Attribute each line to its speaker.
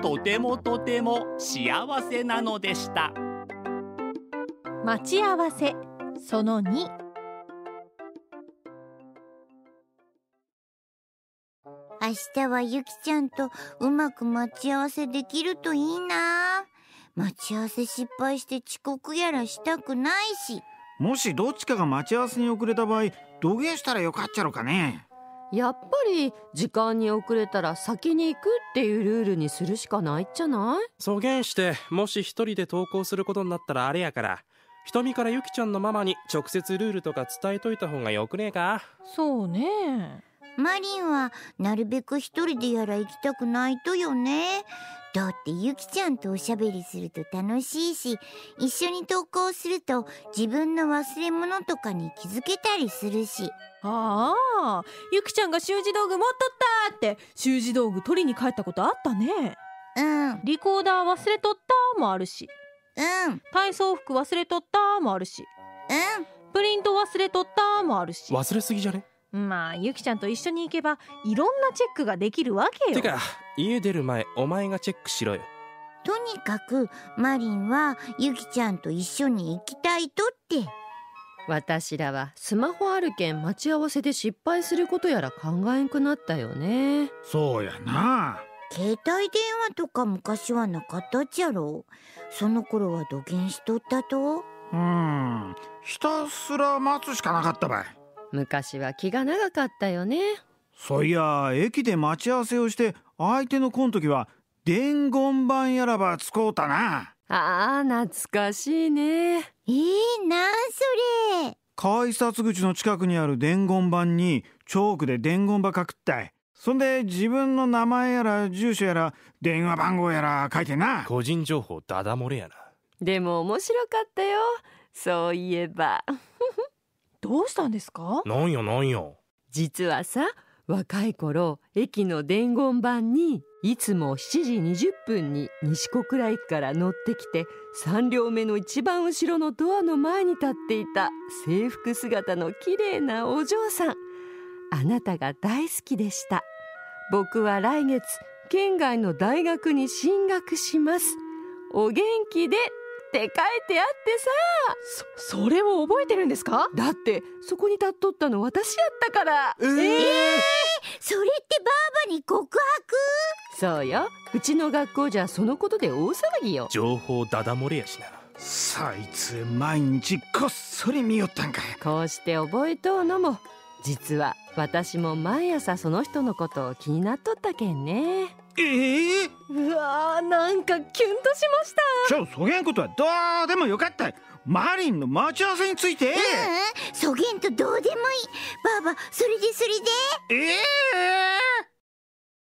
Speaker 1: とてもとても幸せなのでした
Speaker 2: 待ち合わせその2
Speaker 3: 明日はゆきちゃんとうまく待ち合わせできるといいな待ち合わせ失敗して遅刻やらしたくないし
Speaker 4: もしどっちかが待ち合わせに遅れた場合どげんしたらよかっちゃろかね
Speaker 5: やっぱり時間に遅れたら先に行くっていうルールにするしかないっちゃない
Speaker 6: そげんしてもし一人で登校することになったらあれやから瞳からゆきちゃんのママに直接ルールとか伝えといた方がよくねえか
Speaker 2: そうね
Speaker 3: マリンはなるべく一人でやら行きたくないとよねだってゆきちゃんとおしゃべりすると楽しいし一緒に登校すると自分の忘れ物とかに気づけたりするし
Speaker 2: ああゆきちゃんが習字道具持っとったって習字道具取りに帰ったことあったね
Speaker 3: うんうん
Speaker 2: リコーダー忘れとったもあるし
Speaker 3: うん
Speaker 2: 体操服忘れとったもあるしプリント忘れとったもあるし
Speaker 6: 忘れすぎじゃね
Speaker 2: まあゆきちゃんと一緒に行けばいろんなチェックができるわけよ
Speaker 6: てか家出る前お前がチェックしろよ
Speaker 3: とにかくマリンはゆきちゃんと一緒に行きたいとって
Speaker 5: 私らはスマホあるけん待ち合わせで失敗することやら考えんくなったよね
Speaker 4: そうやな
Speaker 3: 携帯電話とか昔はなかったっちゃろその頃はどげんしとったと
Speaker 4: うんひたすら待つしかなかったばい
Speaker 5: 昔は気が長かったよね
Speaker 4: そういや駅で待ち合わせをして相手の来ん時は伝言板やらば使うたな
Speaker 5: ああ懐かしいね
Speaker 3: えー、なんそれ
Speaker 4: 改札口の近くにある伝言板にチョークで伝言板書くったいそんで自分の名前やら住所やら電話番号やら書いてな
Speaker 6: 個人情報ダダ漏れやな
Speaker 5: でも面白かったよそういえば
Speaker 2: どうしたんですか
Speaker 6: なんよなんよ
Speaker 5: 実はさ若い頃駅の伝言板にいつも7時20分に西小倉駅から乗ってきて3両目の一番後ろのドアの前に立っていた制服姿の綺麗なお嬢さんあなたが大好きでした僕は来月県外の大学に進学しますお元気でって書いてあってさ
Speaker 2: そそれを覚えてるんですか
Speaker 5: だってそこに立っとったの私やったから
Speaker 4: えー
Speaker 3: それってバーバに告白
Speaker 5: そうようちの学校じゃそのことで大騒ぎよ
Speaker 6: 情報ダダ漏れやしな
Speaker 4: そいつ毎日こっそり見よったんかい
Speaker 5: こうして覚えとうのも実は私も毎朝その人のことを気になっとったけんね
Speaker 4: ええー、
Speaker 5: うわーなんかキュンとしました
Speaker 4: じゃあそげんことはどうでもよかったいマリンの待ち合わせについて
Speaker 3: うんそげんとどうでもいいバーバそれでそれで
Speaker 4: ええ